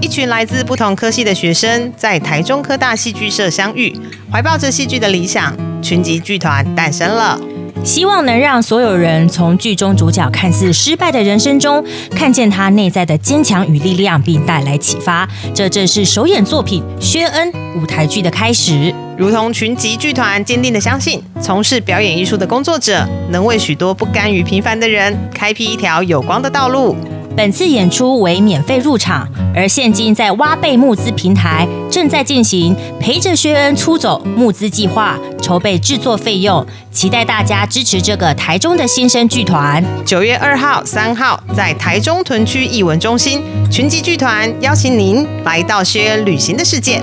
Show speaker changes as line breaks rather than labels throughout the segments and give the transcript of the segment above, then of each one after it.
一群来自不同科系的学生在台中科大戏剧社相遇，怀抱着戏剧的理想，群集剧团诞生了。
希望能让所有人从剧中主角看似失败的人生中，看见他内在的坚强与力量，并带来启发。这正是首演作品《薛恩》舞台剧的开始。
如同群集剧团坚定的相信，从事表演艺术的工作者能为许多不甘于平凡的人开辟一条有光的道路。
本次演出为免费入场，而现今在挖贝募资平台正在进行“陪着薛恩出走”募资计划，筹备制作费用，期待大家支持这个台中的新生剧团。
九月二号、三号在台中屯区艺文中心，群集剧团邀请您来到薛恩旅行的世界。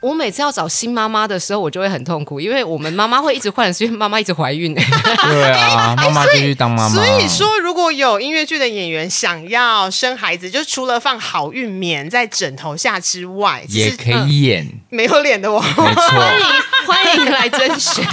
我每次要找新妈妈的时候，我就会很痛苦，因为我们妈妈会一直换人，是因为妈妈一直怀 孕、
对啊，妈妈继续当妈妈。
哎所以说，如果有音乐剧的演员想要生孩子，就是除了放好运棉在枕头下之外，其
也
实嗯
可以演，
没有脸的我。
没错。
欢迎来甄选。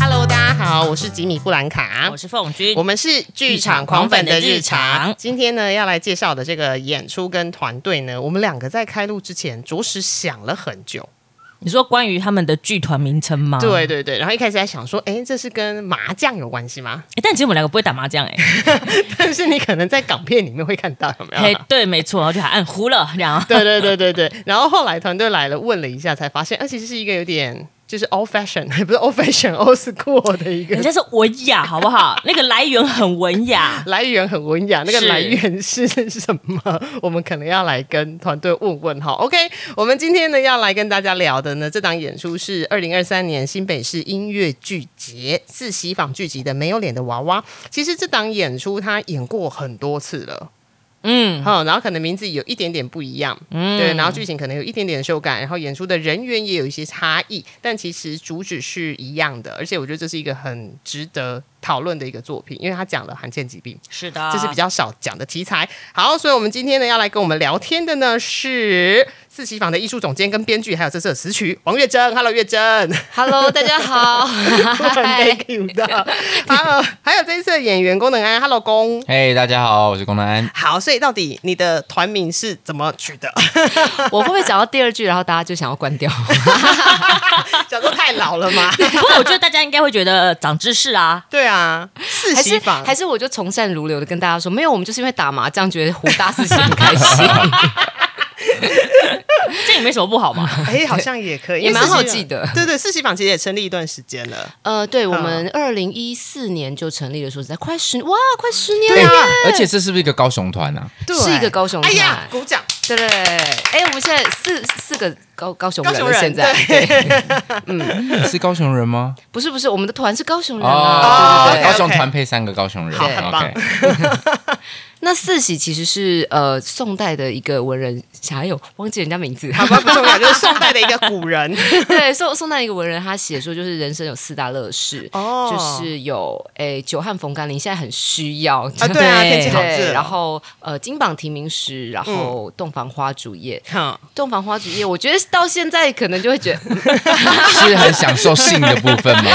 Hello，大家好，我是吉米布兰卡
我。是凤君
我，们是剧场狂粉的日常。今天呢，要来介绍的这个演出跟团队呢，我们两个在开录之前着实想了很久。
你说关于他们的剧团名称吗？
对对对，然后一开始在想说，哎，这是跟麻将有关系吗？
诶但其实我们两个不会打麻将哎、
但是你可能在港片里面会看到， 有没有？
嘿对，没错，然后就喊按嗯糊了这 样。
对对对对对。然后后来团队来了，问了一下，才发现，啊，其实是一个有点就是 old fashion，不是 old fashion old school 的一
人
个
家是文雅，好不好？那个来源很文雅。
来源很文雅，那个
是
来源是什么？我们可能要来跟团队问问哈。OK，我们今天呢要来跟大家聊的呢，这档演出是二零二三年新北市音乐剧节自喜坊剧集的《没有脸的娃娃》。其实这档演出他演过很多次了。
嗯，
好，然后可能名字有一点点不一样，对，然后剧情可能有一点点修改，然后演出的人员也有一些差异，但其实主旨是一样的，而且我觉得这是一个很值得讨论的一个作品，因为它讲了罕见疾病，
是的，
这 是比较少讲的题材。好，所以我们今天呢要来跟我们聊天的呢是四喜坊的艺术总监跟编剧，还有这次的词曲王月 珍，Hello 月珍。
Hello，大家 好，
突然被 Q 到，还有还有这一次的演员功能安，Hello 哎公，
嘿大家好，我是龚南安。
好，所以到底你的团名是怎么取 的？
我会不会讲到第二句，然后大家就想要关掉？
想说太老了吗？
不过我觉得大家应该会觉得长知识啊。
对啊，四
还
喜
是
坊
还是我就从善如流的跟大家说，没有，我们就是因为打麻将觉得胡大事情很开心，
这也没什么不好嘛。
哎、好像也可以，
也
因为
蛮好
四喜
记的
坊对对，四喜坊其实也成立一段时间了，
呃，对，我们二零一四年就成立了，说实在，快十哇，快十年了，
啊，
哎而且这是不是一个高雄团 啊？
是一个高雄
哎
团
呀，鼓掌，
对对对，哎，我们现在四四个高高雄
高
人
雄
了，
人
现在
对
你是高雄人吗？
不是不是，我们的团是高
嗯
雄人啊，
哦
对对，对
高雄团配三个高雄人，
好
OK
很棒
那四喜其实是呃宋代的一个文人，还有忘记人家名字，
好吧，不重要，就是宋代的一个古人啊
对宋宋代一个文人，他写说就是人生有四大乐事，
哦
就是有诶久旱逢甘霖，现在很需要
啊， 对啊，天气好
对，
热，嗯
然后呃金榜题名时，然后洞房花烛夜，
哼。
洞房花烛夜，我觉得到现在可能就会觉得
是很享受性的部分吗？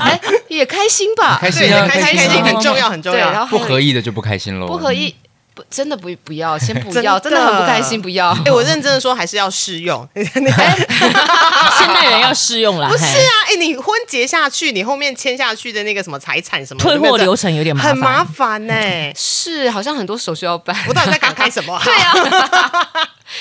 哎也开心吧，
开
对，
心啊，
开心开
心
心
啊！
很重要，很重
对，然
要。
后还
不
有
合意的就不开心喽。
不合意。不，真的不不要，先 不要，
真
真
的
的很不开心，不 要。
哎，我认真的说，还是要试用。 不是
哎
现代人要适用啦，嘿
啊，哎，你婚结下去，你后面签下去的那个什么财产什么
退
有没有
货
这
流程有点麻
很麻
烦。
烦呢。
是，好像很多手续要办。
我到底在感慨什么？
对啊，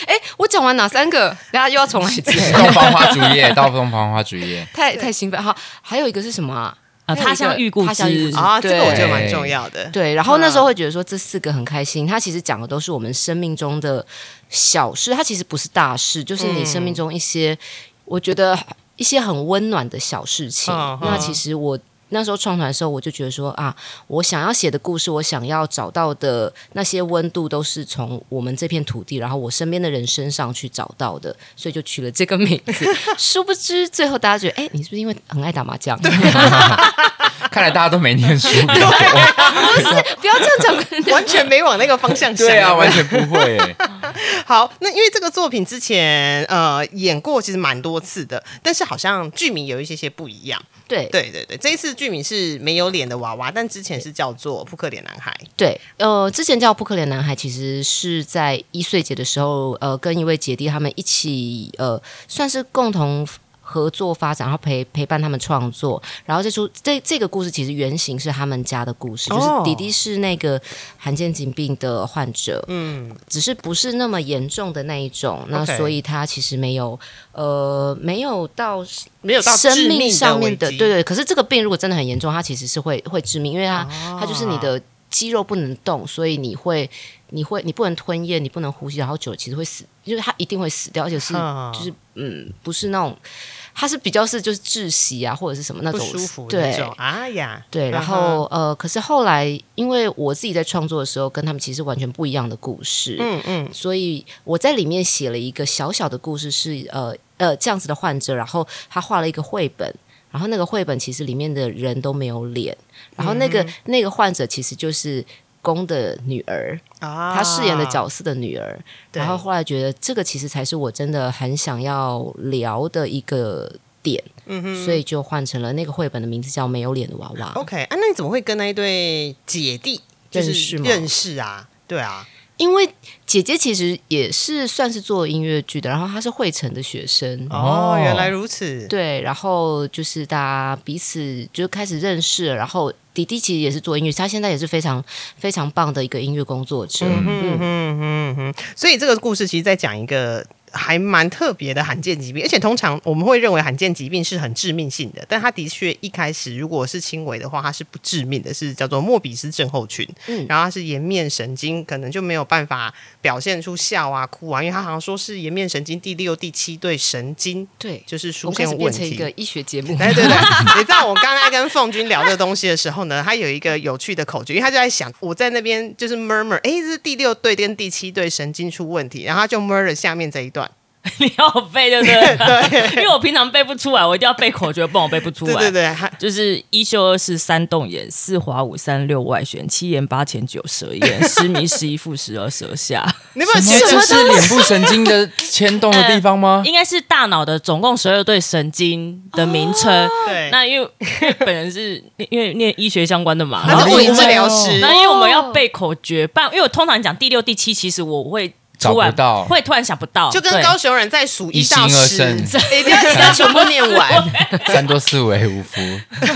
哎、我讲完哪三个？等下又要重来一 次，
洞房花烛夜， 到洞房花烛夜，
太太兴奋。好，还有一个是什么啊？
呃，他乡遇故
他乡
知
遇故，知
啊，这个我觉得
对
蛮重要的。
对，然后那时候会觉得说这四个很开心，它其实讲的都是我们生命中的小事，它其实不是大事，就是你生命中一些，我觉得一些很温暖的小事情。
嗯
那其实我。那时候创团的时候，我就觉得说啊，我想要写的故事，我想要找到的那些温度，都是从我们这片土地，然后我身边的人身上去找到的，所以就取了这 个名字。殊不知，最后大家觉得，哎、你是不是因为很爱打麻将？
看来大家都没念书比 较多。
啊
不要这样讲 跟人家。
完全没往那个方向想。
对啊，
有没有
完全不会 耶。
好，那因为这个作品之前呃演过，其实蛮多次的，但是好像剧名有一些些不一样。
对
对对对，这一次剧名是没有脸的娃娃，但之前是叫做扑克脸男孩。
对，呃，之前叫《扑克脸男孩》，其实是在一岁节的时候，呃，跟一位姐弟他们一起，呃，算是共同合作发展，然后陪陪伴他们创作。然后这出这这个故事其实原型是他们家的故事，就是
哦
弟弟是那个罕见疾病的患者，
嗯，
只是不是那么严重的那一种。那
OK
所以他其实没有，呃，没有到
没有到
生
致
命
命
上面
的
的，
危机
对对。可是这个病如果真的很严重，它其实是会会致命，因为它、
哦
它就是你的肌肉不能动，所以你会你会你不能吞咽，你不能呼吸，然后久了其实会死，就是它一定会死掉，而且是
啊
就是嗯，不是那种，它是比较是就是窒息啊或者是什么那
不
种
舒服那
对
种。啊呀，
对，然后呃，可是后来因为我自己在创作的时候，跟他们其实完全不一样的故事，
嗯嗯，
所以我在里面写了一个小小的故事是，呃呃这样子的患者，然后他画了一个绘本，然后那个绘本其实里面的人都没有脸，然后那
嗯
个、那个患者其实就是公的女儿，
啊，
嗯他饰演的角色的女儿，
对
然后后来觉得这个其实才是我真的很想要聊的一个点，
嗯
所以就换成了那个绘本的名字叫《没有脸的娃娃》。
OK 啊，那你怎么会跟那一对姐弟就是
认识吗
认识啊？对啊，
因为姐姐其实也是算是做音乐剧的，然后她是惠城的学生，
哦
哦，
原来如此，
对，然后就是大家彼此就开始认识了，然后迪迪其实也是做音乐，他现在也是非常非常棒的一个音乐工作者。
嗯哼哼哼，所以这个故事其实在讲一个还蛮特别的罕见疾病，而且通常我们会认为罕见疾病是很致命性的，但它的确一开始如果是轻微的话，它是不致命的，是叫做莫比斯症候群，
嗯
然后它是颜面神经可能就没有办法表现出笑啊、哭啊，因为它好像说是颜面神经第六、第七对神经
对，
就是出
我们开
现
始
问
变成一
题。
个医学节 目。
对哎对对，你知道我刚才跟凤君聊这个东西的时候呢，他有一个有趣的口诀，因为他就在想，我在那边就是 murmur，哎，这是第六对跟第七对神经出问题，然后他就 murmur 下面这一段，
你要背对不对？
对
因为我平常背不出来，我一定要背口诀，不然我背不出来。
对对对，他
就是一休二是三洞眼，四滑五三六外旋，七眼八前九蛇眼，十迷十一腹十二舌下，
你有没有觉
这
得
就？是脸部神经的牵动的地 方吗？
应该是大脑的总共十二对神经的名称。
对，
那因为因为本人是因为念医学相关 的嘛，
他
然后
是
好
物
厉
理
害
治疗
哦
师，
那因为我们要背口诀，不然因为我通常讲第六、第七，其实我会
找
突然
不到
会突然想不到，
就跟
对
高雄人在数一到
一心二
十，
圣
一定要全部念 完，
三多四为五福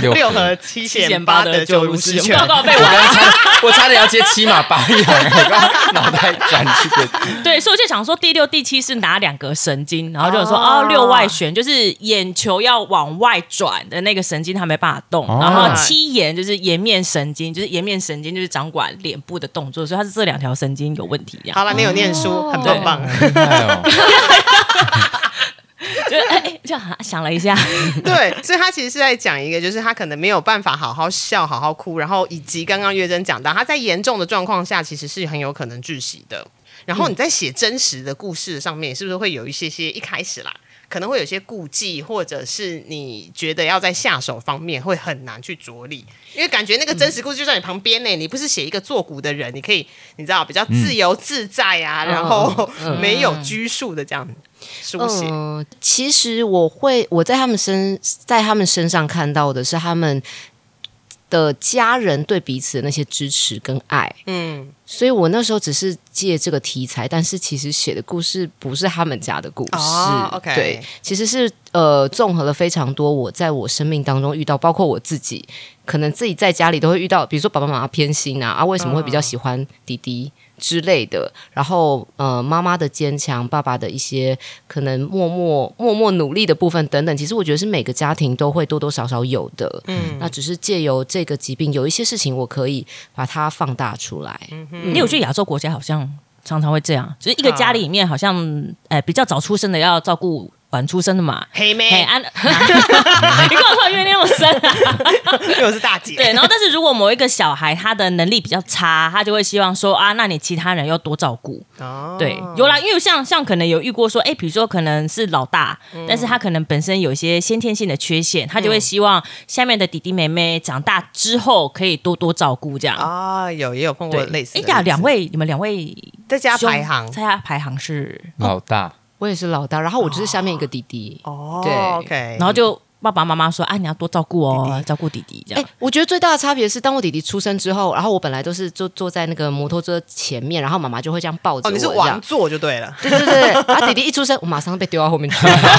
六
六
合
合七
七
减
减
八
八
得
得
九
九
如
如
十
十
全
全，。报告背
哎我
完。
刚刚差，我差点要接七马八羊，我刚刚脑袋转去 个
对，所以我就想说第六、第七是哪两个神经，然后就有说
哦
哦，六外旋就是眼球要往外转的那个神经它没办法动，
哦
然后七眼就是颜面神经，就是颜面神经就是掌管脸部的动作，所以它是这两条神经有问题，这样
好了，你有念书，很棒棒。
厉害哦，
就是哎、哎就啊想了一下，
对，所以他其实是在讲一个，就是他可能没有办法好好笑、好好哭，然后以及刚刚月珍讲到，他在严重的状况下，其实是很有可能窒息的。然后你在写真实的故事上面，是不是会有一些些一开始啦，可能会有些顾忌，或者是你觉得要在下手方面会很难去着力，因为感觉那个真实故事就在你旁边呢、你不是写一个作古的人，你可以你知道比较自由自在啊，然后没有拘束的这样书写。
嗯、其实我会我在他们身在他们身上看到的是他们的家人对彼此的那些支持跟爱。
嗯，
所以我那时候只是借这个题材，但是其实写的故事不是他们家的故事。
哦，OK
对，其实是呃，综合了非常多我在我生命当中遇到，包括我自己，可能自己在家里都会遇到，比如说爸爸妈妈偏心啊，啊，为什么会
嗯
比较喜欢弟弟？之类的，然后呃，妈妈的坚强，爸爸的一些可能默默默默努力的部分等等，其实我觉得是每个家庭都会多多少少有的，嗯，那只是借由这个疾病，有一些事情我可以把它放大出来，
嗯
因为我觉得亚洲
嗯
国家好像常常会这样，就是一个家里面好像哎、比较早出生的要照顾晚出生的嘛，
黑
哎，
妹，
安， 你跟我突然怨念那么深啊？
因为我是大姐，
对，然后但是如果某一个小孩他的能力比较差，他就会希望说啊，那你其他人要多照顾。
哦
对，有啦，因为像像可能有遇过说，哎，比如说可能是老大，
嗯
但是他可能本身有一些先天性的缺陷，他就会希望下面的弟弟妹妹长大之后可以多多照顾这样。
啊，有也有碰过
对，
类似的
哎
例子。
呀，两位，你们两位
在家
兄
排行
在家排行是，
老大，
我也是老大，然后我就是下面一个弟弟。
哦
对
，OK，
然后就爸爸妈妈说啊，你要多照顾哦，照顾弟弟这
哎、
样。
我觉得最大的差别是，当我弟弟出生之后，然后我本来都是坐坐在那个摩托车前面，然后妈妈就会这样抱
哦，
着我
你
这
是
样。
王座就对了，
对对对，啊，弟弟一出生，我马上被丢到 后面去，很可怕。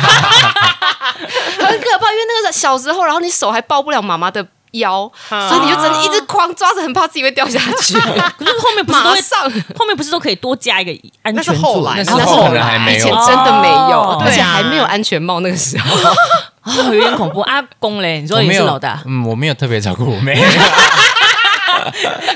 因为那个小时候，然后你手还抱不了妈妈的腰，所以你就真的一直狂抓着，很怕自己会掉下 去。
可是后面不是都
马
会
上，
后面不是都可以多加一个安
那是
全
后
座
来，
那是
啊那是
后
后
人还没
以前
有，
真的没有，
哦
而
对
且
啊
还没有安全帽那个时 候。
哦，有点恐怖。阿公嘞，你
我
说也
没
是
有
老大，
嗯，我没有特别照顾我妹，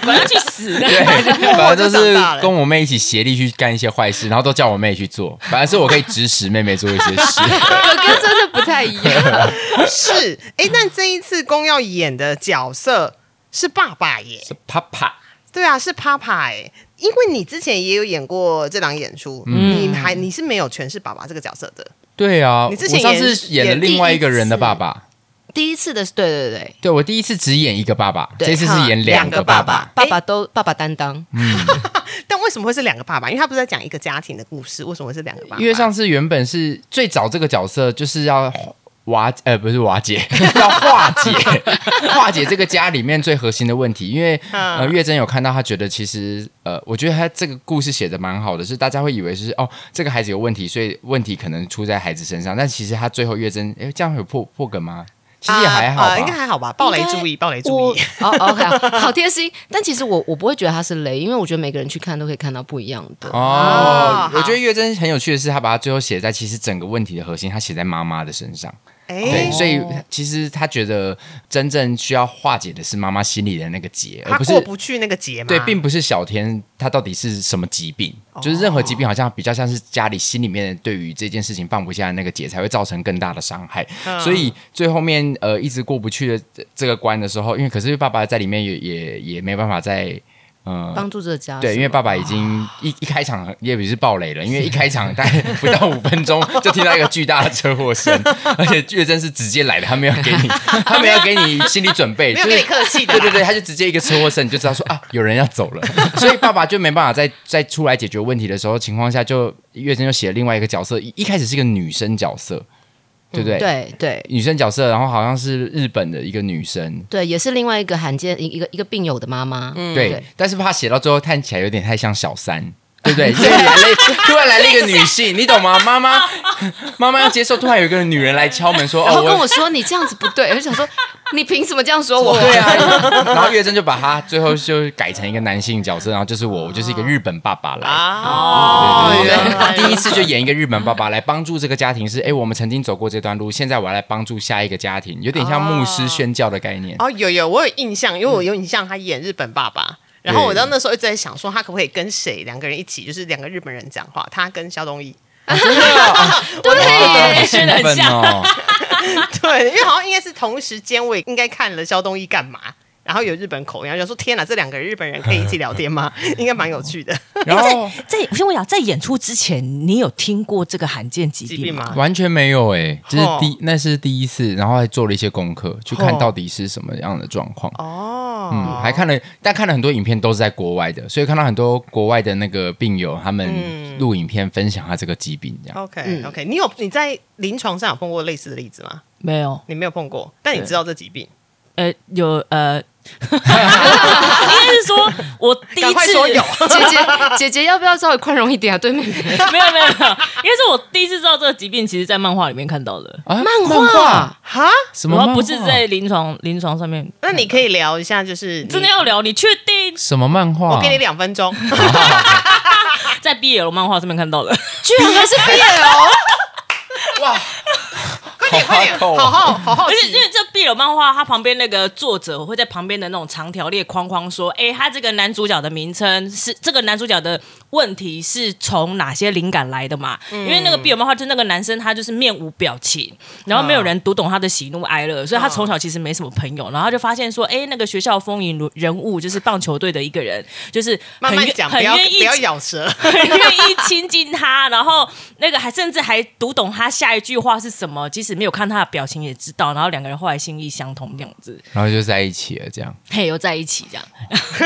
管他哎去死！
对，反正就
长
是
大了
跟我妹一起协力去干一些坏事，然后都叫我妹去做，反正是我可以指使妹妹做一些事。
哥哥真的不太一样，
是哎，但这一次公要演的角色是爸爸耶，
是啪啪，
对啊，是 Papa 哎，因为你之前也有演过这档演出，你还你是没有诠释爸爸这个角色的，
对啊，
你
我
之前
上
演
次演了
演
另外一个人的
第一次
爸爸，
第一次的是对对对，
对我第一次只演一个爸爸，
对
这次是演两个爸爸。
爸爸都爸爸担当，
但为什么会是两个爸爸？因为他不是在讲一个家庭的故事，为什么会是两个爸爸？
因为上次原本是最早这个角色就是要瓦呃不是瓦解， 要化解 化解这个家里面最核心的问题。因为呃
嗯
月珍有看到，她觉得其实呃，我觉得她这个故事写的蛮好的，是大家会以为是哦这个孩子有问题，所以问题可能出在孩子身上，但其实她最后月珍哎这样会有破破梗吗？其实也还好吧。
啊啊啊应该还好吧。暴雷注意，暴雷注意。
我哦，OK，好好贴心。但其实我我不会觉得他是雷，因为我觉得每个人去看都可以看到不一样的。
哦
哦，我觉得月珍很有趣的是，她把她最后写在其实整个问题的核心，她写在妈妈的身上。
哎
对，，所以其实他觉得真正需要化解的是妈妈心里的那个结，而
他
不是
过不去那个结嘛？
对，并不是小天他到底是什么疾病，
哦
就是任何疾病好像比较像是家里心里面对于这件事情放不下的那个结，才会造成更大的伤害。
嗯
所以最后面呃一直过不去的这这个关的时候，因为可是爸爸在里面也也也没办法再呃
帮助这个
啊
家，
对，因为爸爸已经一一开场也许是爆雷了，因为一开场大概不到五分钟 就听到一个巨大的车 祸声，而且月真是直接来的，他没有给你，他没有给你心理准备，
没有
就是
跟你客 气的啦
对对对，他就直接一个车祸声，你就知 道说啊，有人要走了，所以爸爸就没办法在在出来解决问题的时候情况下就，月真就写了另外一个角色，一一开始是一个女生角色，对
嗯
不对？
对对
女生角色，然后好像是日本的一个女生，
对，也是另外一个罕见一一个一个病友的妈妈。嗯，
对，但是怕写到最后看起来有点太像小三。对不对？突然来了，突然来了一个女性，你懂吗？妈妈，妈妈要接受，突然有一个女人来敲门说：“
然
哦，
后跟
我
我说你这样子不对，我就想说你凭什么这样说我？
对啊。” 然后月珍就把她最后就改成一个男性角色，然后就是我，我就是一个日本爸爸来。
啊，
对
原来
第一次就演一个日本爸爸来帮助这个家庭是，哎，我们曾经走过这段路，现在我要来帮助下一个家庭，有点像牧师宣教的概念。
哦，有有，我有印象，因为我有印象他演日本爸爸。
嗯
然后我到那时候一直在想说，他可不可以跟谁两个人一起，就是两个日本人讲话，他跟肖东义。
啊真的哦，对好兴奋哦！
对，因为好像应该是同时间，我也应该看了肖东义干嘛，然后有日本口音，然后就说天哪，这两个日本人可以一起聊天吗？ 应该蛮有趣 的。
然后
在我先问一下，在演出之前，你有听过这个罕见疾
疾
病
病
吗？
吗？
完全没有哎、这是
哦
第、那是第一次，然后还做了一些功课，去看
哦
到底是什么样的状况。
哦，
嗯，还看了，但看了很多影片都是在国外的，所以看到很多国外的那个病友他
嗯
们录影片分享他这个疾病这样。
嗯
OK OK，你有你在临床上有碰过类似的例子吗？
没有，
你没有碰过，但你知道这疾病，
呃，有呃，应该是说我第
赶
一
快
次
说 有
姐姐姐姐要不要稍微宽容一点啊？对妹妹，
没有没有没有，应该是我第一次知道这个疾病，其实在漫画里面看到的，
啊，漫
画
哈？
什么
然
漫
哦
画？
后不是在临床临床上面。
那你可以聊一下，就是你
真的要聊？你确定
什么漫画？
我给你两分钟。
在 BL 漫画上面看到的？
居然还是 BL，
哇，好
快点， 好好好好
而且因
奇，
为这 BL 漫画，它旁边那个作者会在旁边的那种长条列框框说，哎、他这个男主角的名称是这个男主角的问题是从哪些灵感来的嘛？
嗯
因为那个 BL 漫画，就那个男生他就是面无表情，然后没
嗯
有人读懂他的喜怒哀乐，所以他从小其实没什么朋友，然后他就发现说，哎、那个学校风云人物就是棒球队的一个人，就是很
慢慢
愿
讲，不
很
要
愿
不
意
要咬舌。
很愿意亲近他，然后那个还甚至还读懂他下一句话是什么，即使没有看他的表情也知道。然后两个人后来心意相通这样子，
然后就在一起了，这样。
嘿，又在一起这样，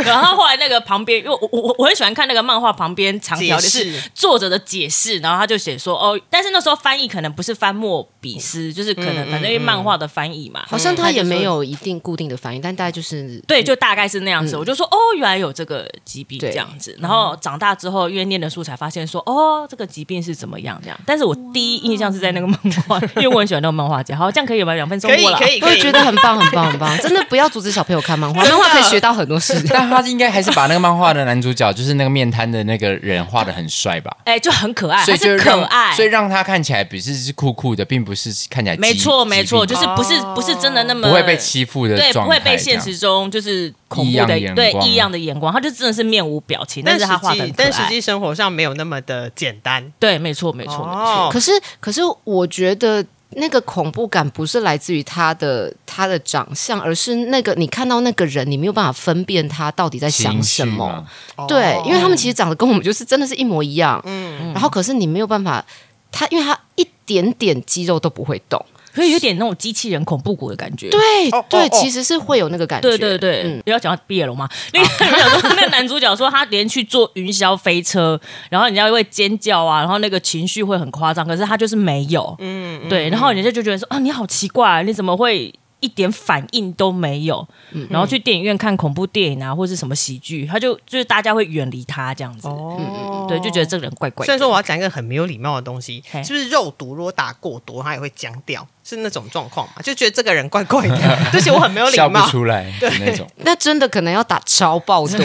然后后来那个旁边，因为我我我我很喜欢看那个漫画旁边长条
解释
是作者的解释，然后他就写说哦，但是那时候翻译可能不是翻莫比斯，就是可能反正因为漫画的翻译嘛，
好像他也没
有。
有一定固定的反应，但大概就是
嗯
对，就大概是那样子。我就说哦，原来有这个疾病
对
这样子。然后长大之后，因为念的书才发现说哦，这个疾病是怎么样这样。但是我第一印象是在那个漫画，因为我很喜欢那个漫画家。好，这样可以吗？两分 钟
可以
过了。
可以
我
可
也
以
觉，得很棒，很棒，很棒！真的不要阻止小朋友看漫画，漫画可以学到很多事。
但他应该还是把那个漫画的男主角，就是那个面瘫的那个人画的很帅吧？
哎、就很可爱，
所
还
以就是让
可爱。
所以让他看起来不是是酷酷的，并不是看起来
没
疾
错，没错，
疾
就是不
病
是不是真的那么
不会被欺负的
对，
状
不
态，
会被现实中就是恐怖的
异样眼
对
光
异样的眼光，他就真的是面无表情，但
但
是
实
他画的
际
很可
但实
爱。
际生活上没有那么的简单
对，没错，没错，没错。
哦
可。是，可是我觉得那个恐怖感不是来自于他的他的长相，而是那个你看到那个人，你没有办法分辨他到底在
情
想
绪
什么
嘛。。
对，因为他们其实长得跟我们就是真的是一模一样，
嗯，
然后可是你没有办法，他因为他一点点肌肉都不会动。
可以有点那种机器人恐怖谷的感觉。
对
哦哦
对，
哦
其实是会有那个感觉。
对对对，
嗯
不要讲到毕业了嘛。那个人讲说，那个男主角说他连去坐云霄飞车，然后人家会尖叫啊，然后那个情绪会很夸张，可是他就是没有。嗯，对，然后人家就觉得说啊，你好奇怪、啊，你怎么会？一点反应都没有，然后去电影院看恐怖电影啊，或是什么喜剧，他就就是大家会远离他这样子，
哦
对，就觉得这个人怪怪的。
虽然说我要讲一个很没有礼貌的东西，
嘿
是不是肉毒如果打过多，它也会僵掉，是那种状况嘛？就觉得这个人怪怪的，对不起，我很没有礼
笑不
貌，
出来的那种，
那真的可能要打超爆多。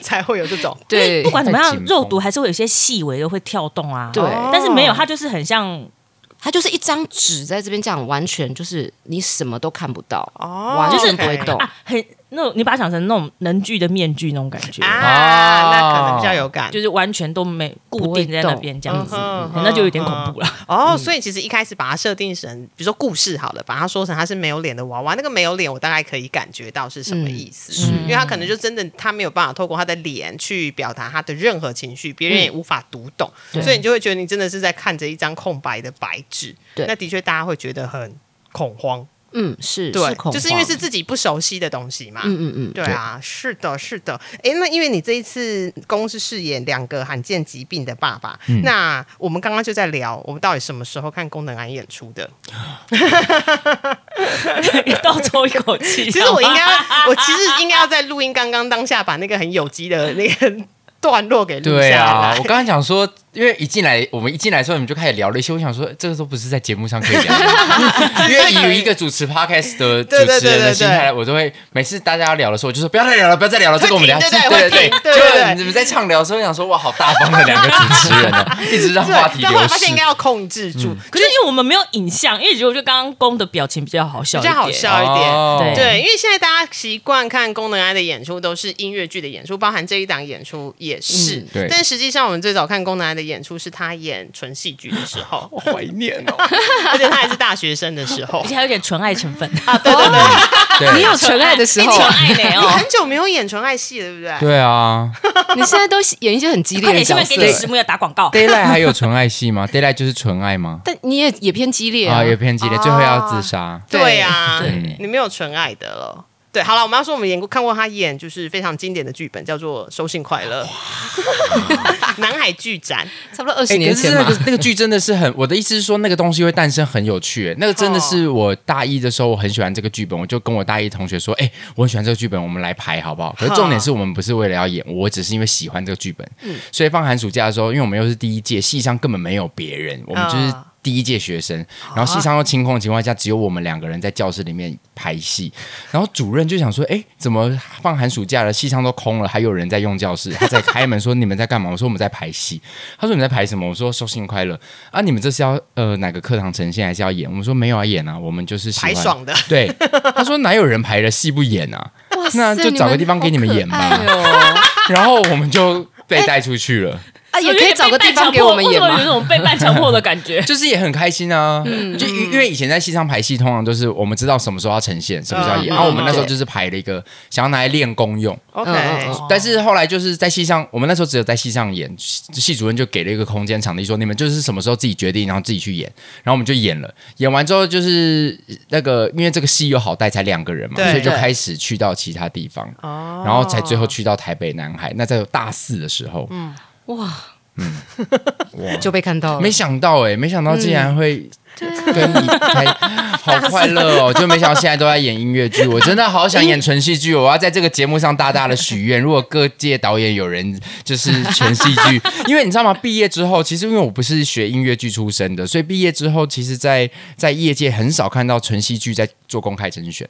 才会有这种。
对
不，管怎么
太
样，
紧绷
肉毒还是会有一些细微的会跳动啊，
对
但是没有，他就是很像
他就是一张纸在这边这样，完全就是你什么都看不到，
哦
完
就是
全不会动。
啊，很那种你把它想成那种能剧的面具那种感觉，
啊，那可能比较有感。
就是完全都没固定在那边这样子，
嗯
嗯那就有点恐怖了。
嗯
哦，所以其实一开始把它设定成，比如说故事好了，把它说成它是没有脸的娃娃。那个没有脸，我大概可以感觉到是什么意思，因为他可能就真的他没有办法透过他的脸去表达他的任何情绪，别人
嗯
也无法读懂，所以你就会觉得你真的是在看着一张空白的白纸。
对
那的确大家会觉得很恐慌，
嗯，是
对
是恐，
就是因为
慌
是自己不熟悉的东西嘛。
嗯嗯嗯，
对啊，是的，是的。哎，那因为你这一次公司饰演两个罕见疾病的爸爸，
嗯
那我们刚刚就在聊，我们到底什么时候看功能癌演出 的？
嗯
倒抽一口气，
其实我应该要，我其实应该要在录音刚刚当下把那个很有机的那个 段落给录
对
下
啊，我
来。
刚刚讲说，因为一进来，我们一进来的时候，你们就开始聊了一些，我想说，这个都不是在节目上可以聊的，因为以一个主持 podcast 的主
对对对
持人的心
对对
态，
对
我都会每次大家要聊的时候，我就说不要再聊了，不要再聊了，这个我们聊，
会停
对
对对会
对对，
停对对对
就你们在畅聊的时候，我想说哇，好大方的两个主持人哦，一直让
对，
话题
但后来
流嗯
发现
逝
应该。要控制住，
可是因为我们没有影像，因为我觉得刚刚公的表情比较好笑，
比较好。笑一点。
哦
对
对，因为现在大家习惯看功能癌的演出都是音乐剧的演出，包含这一档演出也是。
嗯
对
但实际上我们最早看功能癌的演出是他演纯戏剧的时候，
好怀念哦，
而且他还是大学生的时 候
而且。还有点纯爱成分，
对
你有啊纯爱的时候啊
纯，爱呢
你
哦。
很久没有演纯爱戏了，对不对？
对啊
你现在都演一些很激烈
快
的
点，下面
角
给你
色
石，木要打广告。
，Daylight 还有纯爱戏 吗？Daylight 就是纯爱吗？
但你也也偏激烈啊
啊，。有偏激烈，最后要自杀。
对啊，
对
你没有纯爱的了。对，好了，我们要说我们演过看过他演就是非常经典的剧本，叫做《收信快乐》， 南海剧展。
差不多二
哎
十年
可是
前
那
嘛
个。那个剧真的是很，我的意思是说，那个东西会诞生很有趣。哎那个真的是
哦
我大一的时候，我很喜欢这个剧本，我就跟我大一同学说，哎、我很喜欢这个剧本，我们来排好不好？可是重点是我们不是为了要演，我只是因为喜
嗯哦
欢这个剧本。所以放寒暑假的时候，因为我们又是第一届，戏上根本没有别人，我们就是
啊
第一届学生，然后 戏上又清空的情况下，只有我们两个人在教室里面排戏，然后主任就想说，哎，怎么放寒暑假了，戏上都空了，还有人在用教室？他在开门说你们在干嘛？我说我们在排戏。他说你们在排什么？我说收信快乐啊，你们这是要呃哪个课堂呈现还是要演？我们说没有要演啊，我们就是喜欢
排爽的。
对，他说哪有人排了戏不演啊？
哇
那就找个地方给你们演吧
好可爱哦
然后我们就被带出去 了，。
啊，也可以找个地方给我们演
有一
嘛。
种被半强迫的感觉
就是也很开心啊。
嗯
就因因为以前在戏上排戏，通常都是我们知道什么时候要呈现，什么时候要演。
嗯
然后我们那时候就是排了一个想要拿来练功用，
OK，
嗯嗯
但是
哦
后来就是在戏上，我们那时候只有在戏上演，戏戏主任就给了一个空间场地，说你们就是什么时候自己决定，然后自己去演。然后我们就演了，演完之后就是那个，因为这个戏又好带，才两个人嘛，
对
所以就
对
开始去到其他地方，
哦
然后才最后去到台北南海。那在大四的时候，
哇，
哇，
就被看到了。
没想到哎、没想到竟然会跟你开，好快乐哦！就没想到现在都在演音乐剧，我真的好想演纯戏剧，我要在这个节目上大大的许愿。如果各界导演有人就是纯戏剧，因为你知道吗？毕业之后，其实因为我不是学音乐剧出身的，所以毕业之后，其实在在业界很少看到纯戏剧在做公开甄选。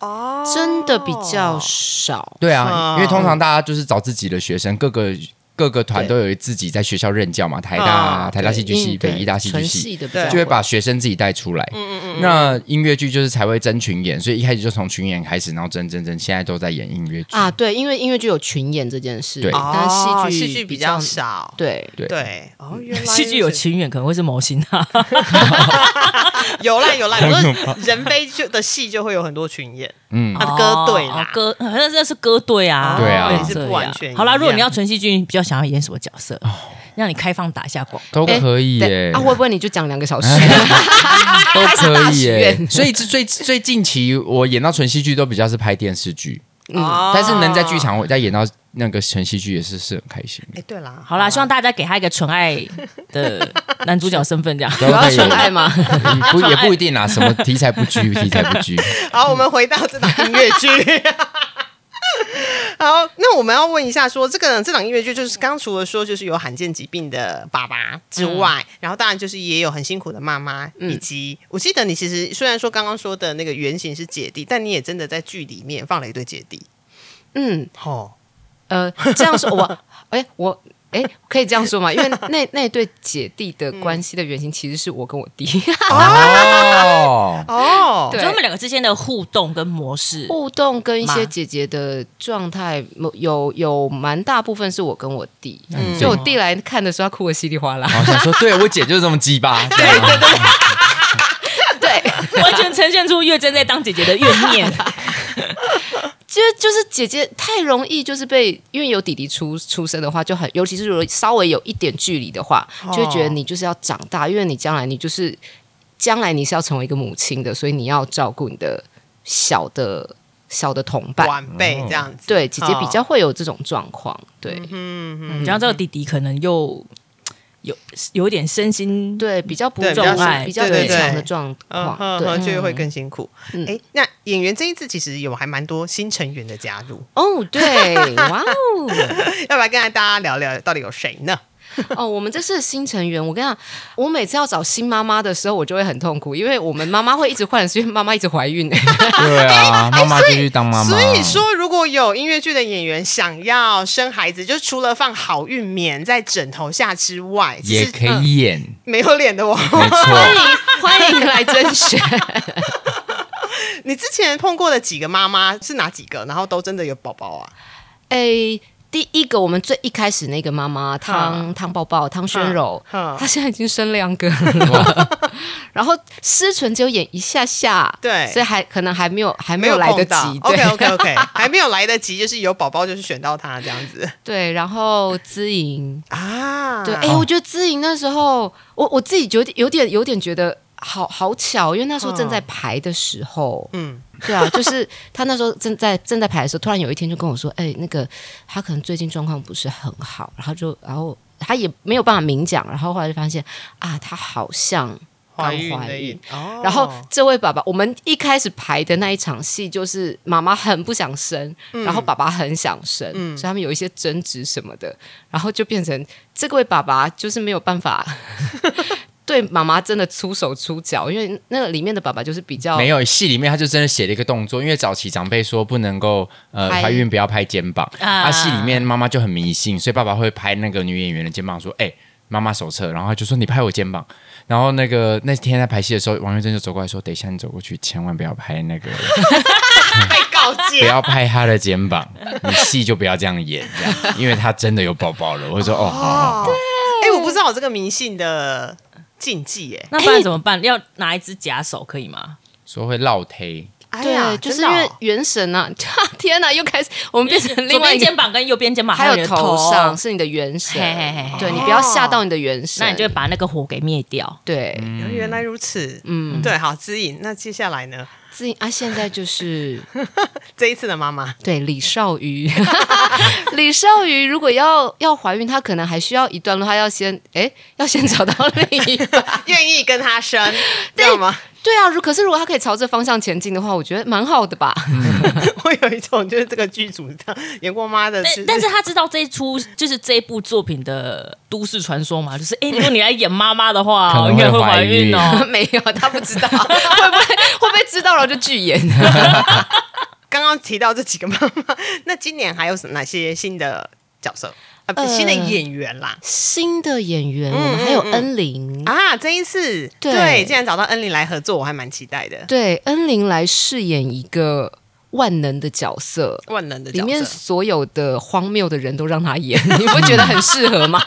哦
真的比较少。
对
啊
啊，因为通常大家就是找自己的学生，各个。各个团都有自己在学校任教嘛，台大、
啊
台大戏剧系、
对
北医大戏剧
纯
系，
系的比
对
较
就会
会
把学生自己带出来。嗯嗯嗯。那音乐剧就是才会争群演，所以一开始就从群演开始，然后争争争，现在都在演音乐剧。
啊，对，因为音乐剧有群演这件事，
对
但
哦
是
戏
戏
剧比
比
较
较。
少，
对，
对
对哦，原来
戏剧有
如此
情缘，可能会是毛心啊。
有啦有啦，我说人飞就的戏就会有很多群演，
嗯
他的 歌队啦
哦，歌， 好像那是歌队啊，
对啊
会
也
是不
这
完
样
全一
好啦，如果你
样
要纯戏剧，你比较想要演什么角色？
哦
让你开放打一下广告。
都可以耶
对，啊，会不会你就讲两个小时？
都可以
还是大
耶
学。
所以最最最近期我演到纯戏剧都比较是拍电视剧，
哦
但是能在剧。场我再演到那个纯戏剧也是是很开心的。
哎，对啦，
好啦，希望大家给他一个纯爱的男主角身份，这 样。
都
有要
可以
纯爱吗？
嗯不也不一定啦，什么题材不拘，题材不拘。
好，我们回到这档音乐剧。好，那我们要问一下说这个这档音乐剧就是刚除了说就是有罕见疾病的爸爸之外，然后当然就是也有很辛苦的妈妈，以及我记得你其实虽然说刚刚说的那个原型是姐弟，但你也真的在剧里面放了一对姐弟。
嗯，
哦，
呃，这样说，我， 哎，我。哎，可以这样说吗？因 为那那对姐弟的关系的原型其实是我跟我弟
哦，
哦，
对
就他们两个之间的互动跟模 式，
互动跟一
妈
些姐姐的状态，某有有蛮大部分是我跟我弟，
嗯
所以我弟来看的时候，他哭的稀里哗啦。
然后想说，对我姐就是这么啊鸡巴，对对对，
对，
完全呈现出月珍在当姐姐的怨念。
就就是姐姐太容易就是被，因为有弟弟出出生的话，就很，尤其是如果稍微有一点距离的话，
哦
就会觉得你就是要长大，因为你将来你就是将来你是要成为一个母亲的，所以你要照顾你的小的小的同伴。
晚辈这样子，
对，姐姐比较
哦，
会有这种状况。对
嗯嗯
然后这个弟弟可能又有有点身心
对，比较不
对
重
比较
是
比较
对对
异
对
常的状
嗯，
况。
呵呵
对，
就会更辛苦。哎、
嗯
那演员这一次其实有还蛮多新成员的加入，
哦，对，哇哦。
要不要跟大家聊聊到底有谁呢？
哦，我们这次的新成员，我跟你讲，我每次要找新妈妈的时候，我就会很痛苦，因为我们妈妈会一直换，是因为妈妈一直 怀孕、
对啊，妈妈就去当妈妈。
所以说，如果有音乐剧的演员想要生孩子，就除了放好运棉在枕头下之外，其
也
实嗯
可以演，
没有脸的我。
没错。
欢迎来甄选。
你之前碰过的几个妈妈是哪几个？然后都真的有宝宝啊？
哎，第一个我们最一开始那个妈妈汤汤抱抱汤宣柔，
哈
她现在已经生两个了。 然后思纯只有演一下下，
对
所以还可能还没有还没有来得
碰到
及。对
OK OK OK，还没有来得及，就是有宝宝就是选到他这样子
对，然后资颖，
啊。
对，哎、我觉得知莹那时候，我我自己觉得有点有点觉得好好巧，因为那时候正在排的时候，
嗯，
对啊，就是他那时候正在正在排的时候，突然有一天就跟我说，哎、那个他可能最近状况不是很好，然后就然后他也没有办法明讲，然后后来就发现啊，他好像。刚
怀孕
怀
的
孕
也，哦
然后这位爸爸，我们一开始排的那一场戏，就是妈妈很不想生，然后爸爸很想生，所以他们有一些争执什么的，然后就变成这位爸爸就是没有办法 对妈妈真的出手出脚，因为那个里面的爸爸就是比较
没有戏里面他就真的写了一个动作，因为早期长辈说不能够呃
拍
怀孕不要拍肩膀，
啊
啊戏里面妈妈就很迷信，所以爸爸会拍那个女演员的肩膀说：“哎、妈妈手册。”然后他就说：“你拍我肩膀。”然后那个那天在排戏的时候，王月珍就走过来说：“等一下你走过去，千万不要拍那个，
被告
不
诫。
要拍她的肩膀，你戏就不要这样演，这样，因为她真的有宝宝了。”我就说：“哦，好好好。”
哎、我不知道有这个迷信的禁忌耶、
那不然怎么办？要拿一只假手可以吗？
说会落推，
哎呀，
对，啊就是
真
因
的
为
哦
元神啊， 天哪，又开始我们变成
左
另外
边
一个
肩，膀跟右边肩膀，
还
有你
有
的
头上
上，
是你的元神
嘿嘿嘿，哦
对你不要吓到你的元神，
那你就会把那个火给灭掉。
对，
嗯
原来如此。嗯，对，好，指引。那接下来呢？
自己啊，现在就是
这一次的妈妈，
对李少 瑜，李少瑜如果要要怀孕，她可能还需要一段路，她要先哎，要先找到另一半。
愿意跟他生， 知道吗？
对啊，如可是如果她可以朝这方向前进的话，我觉得蛮好的吧。
我有一种就是这个剧组的演过妈的，
但但是他知道这一出就是这一部作品的都市传说嘛，就是哎、诶如果你来演妈妈的
可
话，
能
应该
会
会
怀
怀孕哦。
没有，她不知道， 会不会会不会知道了就拒演？
刚刚提到这几个妈妈， 那今年还有什哪些新的角色？呃，不
呃
新的演员啦。
新的演员，我们还有恩玲。
啊，这一次
对
竟然找到恩玲来合作，我还蛮期待的。
对，恩玲来饰演一个万能的角色，
万能的
里
角
面
色，
所有的荒谬的人都让她演，你不觉得很适合吗？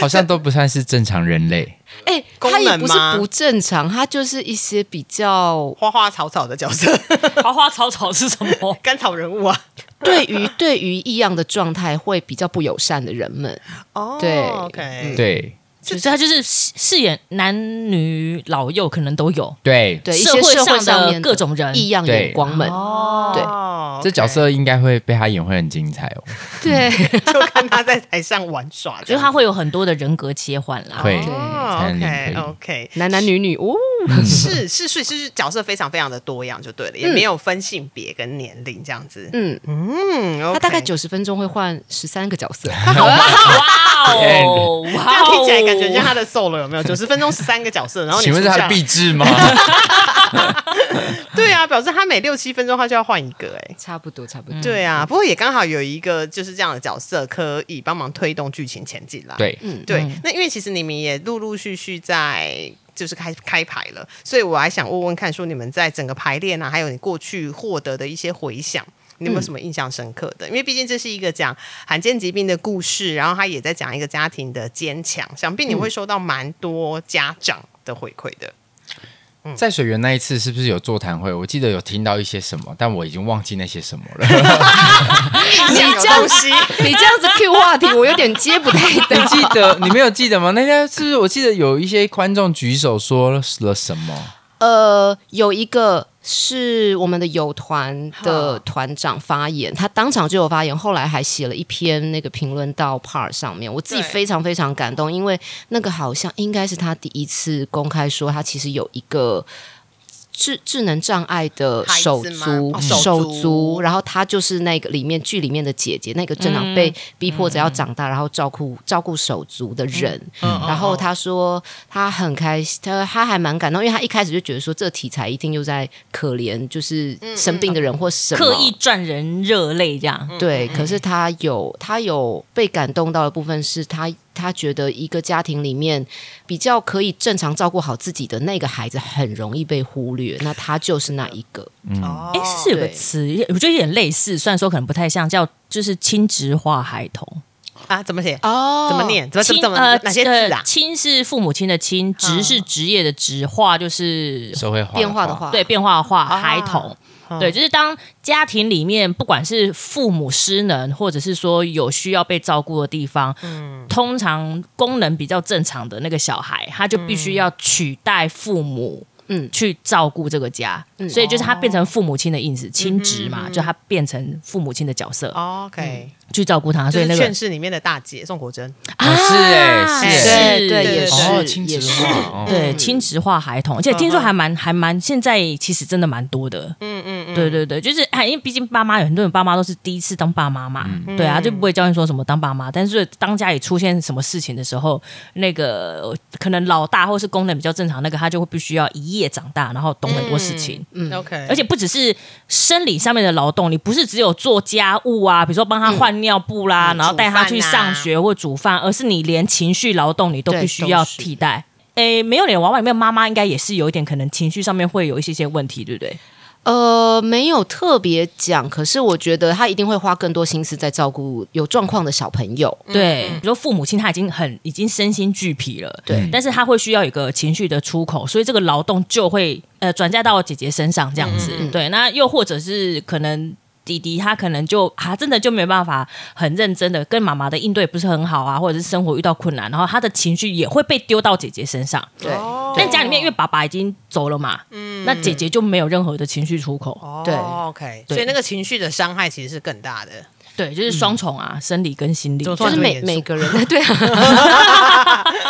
好像都不算是正常人类。
哎、
功
他也
能
不是
吗
不正常，他就是一些比较
花花草草的角色，
花花草草是什么？
甘草人物啊。
对于对于异样的状态会比较不友善的人们，
哦
对
，OK，
对
就是他就是饰饰演男女老幼可能都有，
对，
对一些
会
社会上
上
面
的
的
各种人。
异样眼光们，对
哦
这角色应该会被他演会很精彩哦。
对
OK，就看他在台上玩耍，
就是他会有很多的人格切换啦，
会嗯才能可
哦，OK
以嗯
OK，
男男女女哦，
是是是是角色非常非常的多样，就对了，也没有分性别跟年龄这样子。
嗯，
嗯，OK，
他大概九十分钟会换十三个角色，
哇哦，
这
哇
样
哦，
听起来感觉像他的 solo 有没有？九十分钟十三个角色，然后你
请问是
出
他
下
的壁纸吗？
对啊，表示他每六七分钟他就要换一个
嗯
哎、
差不多差不多。
对啊，不过也刚好有一个就是这样的角色可以帮忙推动剧情前进啦。
对，
对，
嗯
嗯那因为其实你们也陆陆续续在就是开开牌了，所以我还想问问看，说你们在整个排练啊，还有你过去获得的一些回响。你有没有什么印象深刻的？因为毕竟这是一个讲罕见疾病的故事，然后他也在讲一个家庭的坚强，想必你会收到蛮多家长的回馈的。
在水源那一次是不是有座谈会？我记得有听到一些什么，但我已经忘记那些什么了。
你
这样你这样子 Q 话题，我有点接 不太
你
得。
记得 你没有记得吗？那天是不是我记得有一些观众举手说了什么？
呃，有一个是我们的友团的团长发言，他当场就有发言，后来还写了一篇那个评论到 PAR 上面，我自己
对
非常非常感动，因为那个好像应该是他第一次公开说他其实有一个。智智能障碍的
孩子
手
吗
足、
哦手足
手足，然后他就是那个里面剧里面的姐姐，那个正常被逼迫着要长大，然后照顾照顾手足的人，
哦
然后他说他很开心，他他还蛮感动，因为他一开始就觉得说这题材一定又在可怜，就是生病的人或什么。
刻意赚人热泪这样。
对，可是他有他有被感动到的部分是他他觉得一个家庭里面比较可以正常照顾好自己的那个孩子很容易被忽略，那他就是那一个。
哦
哎，是有个
对
词，我觉得有点类似，虽然说可能不太像，叫就是亲职化孩童。
啊？ 怎么写？
哦
怎么？念？怎么怎么
亲
怎么
呃
哪些字啊嗯
呃？亲是父母亲的亲，职是职业的职，化就是
社会化
变化的话，
对变化
啊
化孩童。
嗯
对，就是当家庭里面不管是父母失能，或者是说有需要被照顾的地方，
嗯
通
嗯
常功能比较正常的那个小孩，他就必须要取代父母。
嗯
去照顾这个家，
嗯
所以就是他
哦
变成父母亲的意思，亲职嘛，就他变成父母亲的角色、
OK，
去照顾他，
哦就
呃嗯所以
是
那
劝
个
世里面的大姐宋国珍，
哦是哎
啊
是
是
哎
对对
对
也
对
哦，
是
亲
也
子
是
化，哦
嗯
对亲职化孩童，而且听说还蛮还蛮，现在其实真的蛮多的，
嗯嗯嗯，
对对对，就是哎，因为毕竟爸妈有很多人爸妈都是第一次当爸妈嘛，
嗯
对啊，就不会教你说什么当爸妈。但是当家里出现什么事情的时候，那个呃可能老大或是功能比较正常，那个他就会必须要一夜长大，然后懂很多事
嗯
情。
OK，
而且不只是生理上面的劳动，你不是只有做家务啊，比如说帮他换尿布啦，
嗯
然后带他去
煮饭啊
上学或煮饭，而是你连情绪劳动你都
对
必须要
都是
替代。诶，没有脸娃娃里面妈妈应该也是有一点可能情绪上面会有一些些问题，对不对？
呃，没有特别讲，可是我觉得他一定会花更多心思在照顾有状况的小朋友。
对，比如说父母亲他已经很已经身心俱疲了，
嗯对
但是他会需要有一个情绪的出口，所以这个劳动就会呃转嫁到姐姐身上这样子。
嗯嗯
对，那又或者是可能。弟弟他可能就啊，真的就没办法很认真的跟妈妈的应对不是很好啊，或者是生活遇到困难，然后他的情绪也会被丢到姐姐身上。
对、
但家里面因为爸爸已经走了嘛，
嗯
那姐姐就没有任何的情绪出口。
对
哦 OK，
对
所以那个情绪的伤害其实是更大的。
对，就是双重啊，生理跟心理。
就
嗯就是哦每
突然很严肃
每个人对啊。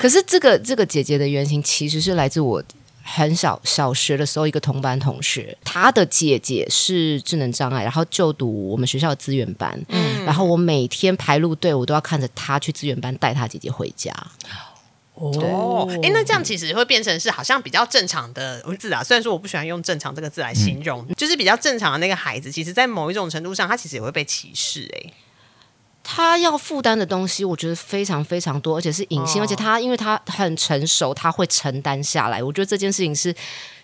可是这个这个姐姐的原型其实是来自我很小小学的时候一个同班同学，她的姐姐是智能障碍，然后就读我们学校的资源班，嗯，然后我每天排路队，我都要看着她去资源班带她姐姐回家，
哦，哎，那这样其实会变成是好像比较正常的字啊，虽然说我不喜欢用“正常”这个字来形容，就是比较正常的那个孩子，其实，在某一种程度上，他其实也会被歧视、诶
他要负担的东西，我觉得非常非常多，而且是隐性，
哦
而且他因为他很成熟，他会承担下来。我觉得这件事情是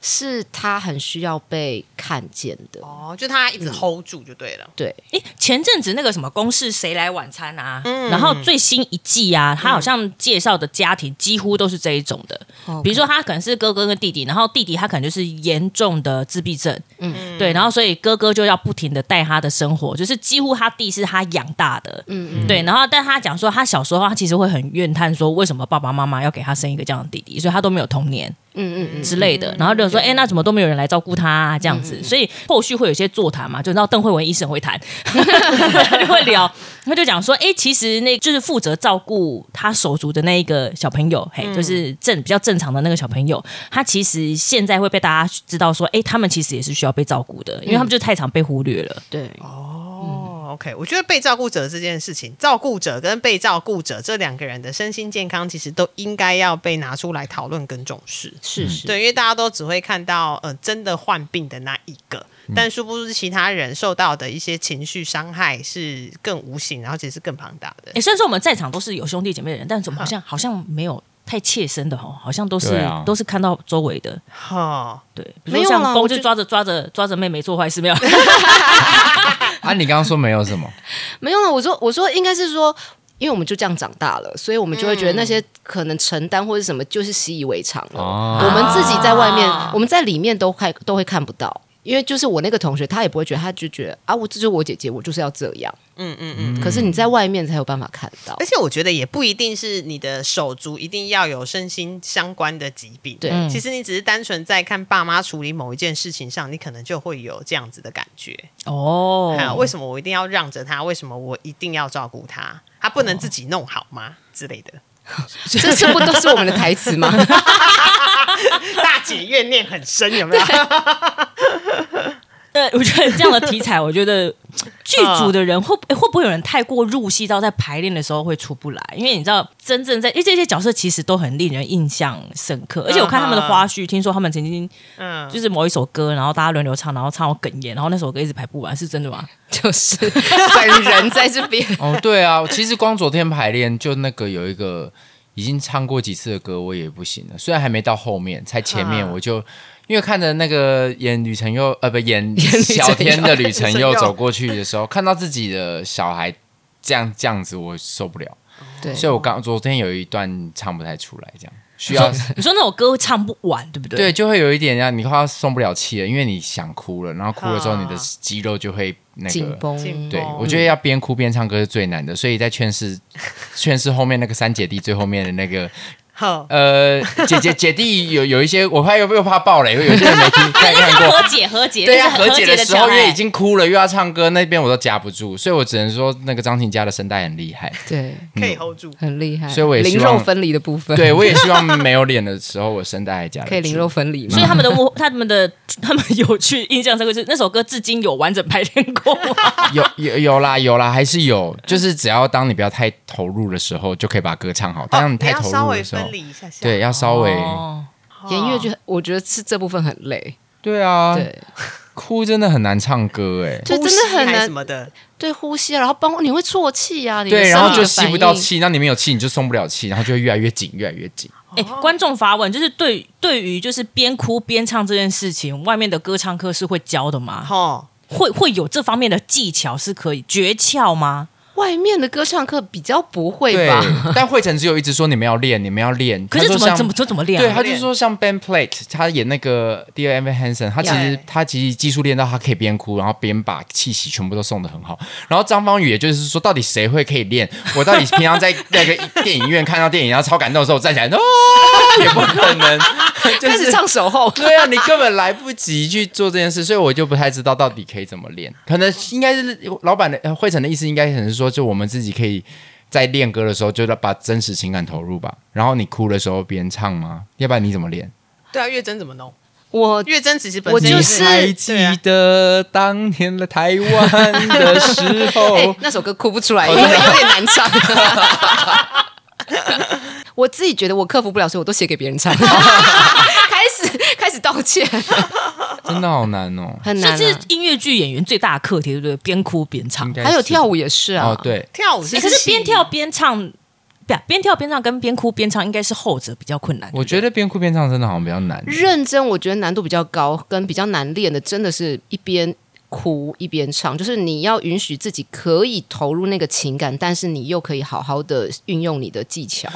是他很需要被看见的。
哎，哦，就他一直 hold 住就对了。
对，
诶，前阵子那个什么公式谁来晚餐啊，然后最新一季啊，他好像介绍的家庭几乎都是这一种的，比如说他可能是哥哥跟弟弟，然后弟弟他可能就是严重的自闭症，嗯，对，然后所以哥哥就要不停的带他的生活，就是几乎他弟是他养大的，嗯嗯，对，然后但他讲说他小时候他其实会很怨叹说为什么爸爸妈妈要给他生一个这样的弟弟，所以他都没有童年，
嗯嗯嗯，嗯
之类的，然后就说，哎、那怎么都没有人来照顾他、啊、这样子？所以后续会有一些座谈嘛，就知道邓慧文医生会 谈，他就会聊，他就讲说，哎、其实那就是负责照顾他手足的那一个小朋友，
嗯
嘿，就是正比较正常的那个小朋友，他其实现在会被大家知道说，哎、他们其实也是需要被照顾的，
嗯
因为他们就太常被忽略了。
对，
哦，OK，我觉得被照顾者这件事情，照顾者跟被照顾者这两个人的身心健康，其实都应该要被拿出来讨论跟重视。
嗯
是是，
对，因为大家都只会看到呃真的患病的那一个，但殊不知其他人受到的一些情绪伤害是更无形，然后其实是更庞大的
哎、。虽然说我们在场都是有兄弟姐妹的人，但怎么好
嗯
像好像没有太切身的哦，好像都是、
对啊
都是看到周围的。
哈、
对，比
没
如
有
说
啦
像
我
公就
觉
抓着抓着抓着妹妹做坏事没有？
啊，你刚刚说没有什么，
没有了。我说我说应该是说。因为我们就这样长大了，所以我们就会觉得那些可能承担或者什么，就是习以为常了。
哦
我们自己在外面，我们在里面都看都会看不到，因为就是我那个同学，他也不会觉得，他就觉得啊，我这就是我姐姐，我就是要这样。
嗯嗯嗯。
可是你在外面才有办法看到
而。且我觉得也不一定是你的手足一定要有身心相关的疾病，
对
其实你只是单纯在看爸妈处理某一件事情上，你可能就会有这样子的感觉。
哦
啊，为什么我一定要让着他？为什么我一定要照顾他？他不能自己弄好吗？之类的。
这这不都是我们的台词 吗？
大姐怨念很深，有没有？
对，我觉得这样的题材，我觉 得剧组的人会不会不会有人太过入戏到在排练的时候会出不来？因为你知道，真正在因为这些角色其实都很令人印象深刻，
嗯
而且我看他们的花絮，听说他们曾经
嗯，
就是某一首歌，然后大家轮流唱，然后唱到哽咽，然后那首歌一直排不完，是真的 吗？
就是本人在这边。
哦，对啊，其实光昨天排练就那个有一个已经唱过几次的歌，我也不行了。虽然还没到后面，才前面
啊
我就、因为看着那个演吕承佑呃不演
程佑
小天的吕承
吕承
佑
佑
走过去的时候，看到自己的小孩这样这样子，我受不了。
对，
所以我刚昨天有一段唱不太出来，这样需要
你说那首歌唱不完，对不对？
对，就会有一点让你快要松不了气了，因为你想哭了，然后哭了之后
啊
你的肌肉就会那
紧
个。
绷。
对
哦，
我觉得要边 哭边唱歌是最难的，所以在劝世劝世后面那个三姐弟最后面的那个
好，
呃， 姐姐姐弟有有一些，我怕又又怕爆雷，有些人没 听看看过。
和解和解，
对
呀、
呀、和解
的
时候，因为已
也
经哭了，又要唱歌，那边我都夹不住，所以我只能说那个张庭佳的声带很 厉害。
对，
嗯
可以 hold 住。
很厉害。
所以我也希
灵
望
肉分离的部分，
对，我也希望没有脸的时候，我声带还夹得
可以灵
住
肉分离
所以
嘛？
他们的幕，他们的他们有去印象深刻是那首歌至今有完整排练过吗？
有有有啦有啦，还是有，就是只要当你不要太投入的时候，就可以把歌唱好。当然你太
哦要
投
稍
入
微
的时候
分，离一下下。
对，要 稍微，
哦
演音乐剧，我觉得是这部分很累，
对啊，
对，
哭真的很难唱歌哎，
就真
呼吸
的很
还是
难
什么的，
对呼吸啊，然后包括你会啜泣啊，你的
对，然
生
后
理
就
的
吸
反
不到
应，
气，那你没有气，你就松不了气，然后就会越来越紧，越来越紧。
哎、
哦
观众发问，就是对对于就是边哭边唱这件事情，外面的歌唱课是会教的吗？
吼，
会会有这方面的技巧是可以诀窍吗？
外面的歌唱课比较不会
对
吧？，
但惠成只有一直说你们要练，你们要练，
可是
他
怎
说
么
像
怎么怎么怎么练啊？
对，他就说像 Ben Plate，他演那个第二 Evan Hansen，他其实
对
他其实技术练到他可以边哭，然后边把气息全部都送的很好。然后张方宇也就是说，到底谁会可以练？我到底平常在那个电影院看到电影，然后超感动的时候，我站起来，哦，也不可能， 就
开始
是。
唱守候，
对啊，你根本来不及去做这件事，所以我就不太知道到底可以怎么练。可能应该是老板的呃惠成的意思，应该可能是说，就我们自己可以在练歌的时候，就要把真实情感投入吧。然后你哭的时候边唱吗？ 要不然你怎么练？对
对啊，月真怎么弄？
我
月真其实本
我
身
就
也
是
还记得当年的台湾的时
哎，
候
那首歌哭不出来，因为有点难 唱。我自己觉得我克服不了，所以我都写给别人 唱。开始开始道歉，
真的好难哦。
很
所
难、啊
以这是音乐剧演员最大的课题，对不对？边哭边唱
应，该
哎还有
是
跳舞也是啊，
哦，，对，
跳舞
哎
是
可是
戏
边跳边唱，不啊，边跳边唱跟边哭边唱应该是后者比较困难。
我觉得边哭边唱真的好像比较难。
认真我觉得难度比较高，跟比较难练的，真的是一边哭一边唱，就是你要允许自己可以投入那个情感，但是你又可以好好的运用你的技巧，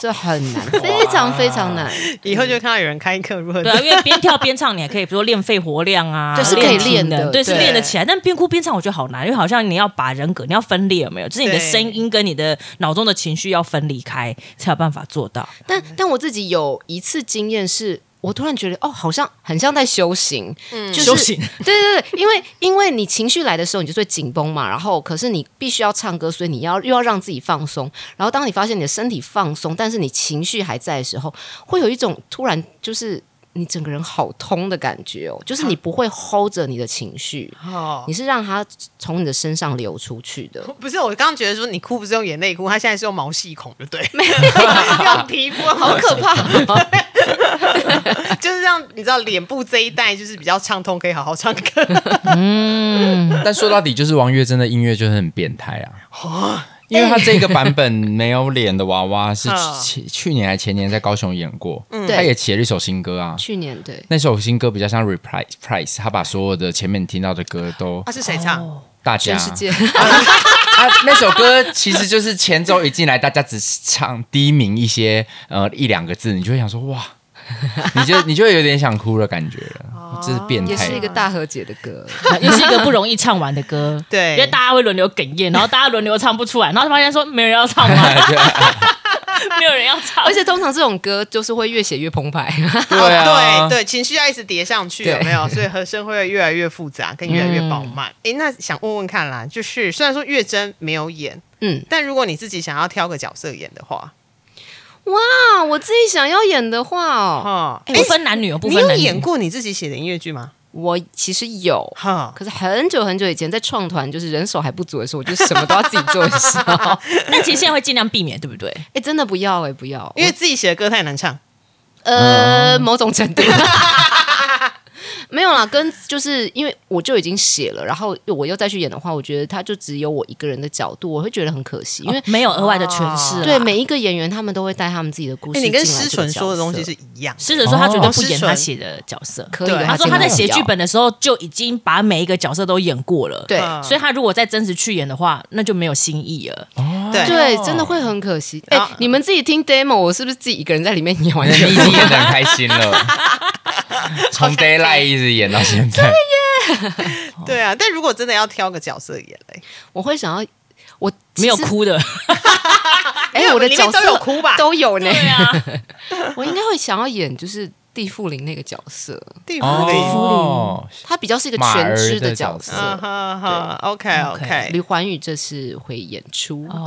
这很难，非常非常难。
以后就看到有人开课如何
对啊， 因为边跳边唱，你还可以比如说练肺活量 啊，
对是可以
体
练
能
的
对，是
对
练得起来。但边哭边唱，我觉得好难，因为好像你要把人格，你要分裂，有没有？就是你的
对
声音跟你的脑中的情绪要分离开，才有办法做到。
但但我自己有一次经验是。我突然觉得，哦，好像很像在修行，就是
修 行，
对对对，因为因为你情绪来的时候，你就是会紧绷嘛，然后可是你必须要唱歌，所以你要又要让自己放松。然后当你发现你的身体放松，但是你情绪还在的时候，会有一种突然就是你整个人好通的感觉哦，就是你不会 hold 着你的情绪，
哦。
你是让它从你的身上流出去的。
不是，我刚刚觉得说你哭不是用眼泪哭，他现在是用毛细孔，对不对？没有， 用皮肤，
好可怕、
就是让你知道脸部这一带就是比较畅通，可以好好唱歌。
但说到底，就是王岳真的音乐就是很变态啊。因为他这个版本没有脸的娃娃是
嗯
去去年还前年在高雄演过，
嗯对
他也写了一首新歌啊。
去年对，
那首新歌比较像 reprise price，他把所有的前面听到的歌都
他是谁唱？
大家
啊全世界
啊，那首歌其实就是前奏一进来，大家只唱低鸣一些呃一两个字，你就会想说哇，你就你就会有点想哭的感觉了，这是变 态。
哦也 是一个大和解的歌，
也是一个不容易唱完的歌。
对
因为大家会轮流哽咽，然后大家轮流唱不出来，然后发现说没人要唱 吗？没有人要唱，
而且通常这种歌就是会越写越澎湃。
对啊，
哦对对，情绪要一直叠上去，
对
有没有？所以和声会越来越复杂，跟越来越饱满。诶，那想问问看啦，就是虽然说月真没有演，
嗯，
但如果你自己想要挑个角色演的话，
哇，我自己想要演的话哦，
哈、
不分男女哦，不
你
分
有
男女。
演过你自己写的音乐剧吗？
我其实有，
哈，
可是很久很久以前在创团，就是人手还不足的时候，我就什么都要自己做一下。
但其实现在会尽量避免，对不对？
哎、真的不要哎、不要，
因为自己写的歌太难唱。
呃，
嗯
某种程 度。没有啦，跟就是因为我就已经写了，然后我又再去演的话，我觉得他就只有我一个人的角度，我会觉得很可惜，因为、
哦没有额外的诠释啊啦。
对啊每一个演员他们都会带他们自己的故事
诶，
进
你
来这
跟
个角色。
诗纯说的东西是一样的。
狮子说他绝对不演
哦
他写的角色，
可以的
对
话
他说
尽
他
量
在写
不要
剧本的时候就已经把每一个角色都演过了，
对、
嗯
所以他如果再真实去演的话，那就没有新意了。
对
对，真的会很可惜。哎、
哦然后呃
你们自己听 demo，我是不是自己一个人在里面演完
你
全
已经演的很开心了，从 Daylight 一直演到现在。
对啊，但如果真的要挑个角色演嘞，
我会想要我其
没有
实
哭的，
你
哎，
有
我的
里面
角色
都有哭吧
都有呢。
对啊，
我应该会想要演就是地缚灵那个角色，
地府里。
哦，
他比较是一个
马
全
儿
知
的
角
角
嗯
色。
哼哼，OK OK，
李环宇这次会演出，
哦
哦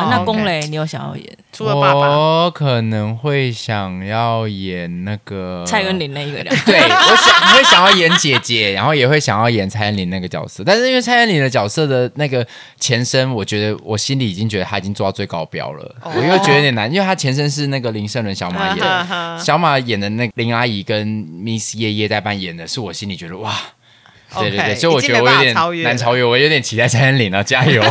啊那龚
OK
磊你有想要演
除了爸爸，
我可能会想要演那个
蔡恩。林那一 个的？
对，我想会想要演姐姐，然后也会想要演蔡依林那个角色，但是因为蔡依林的角色的那个前身，我觉得我心里已经觉得她已经做到最高标了，我又觉得有点难，因为她前身是那个林盛伦小马
啊
演的，
哦 哈哈
小马演的那个林阿姨跟 Miss 叶叶代班演的，是我心里觉得 哇。对对
OK，
对，所以我
已经
觉
没
得我
办
有
法
点
超越
难
了
超越，我有点期待蔡依林了，加油！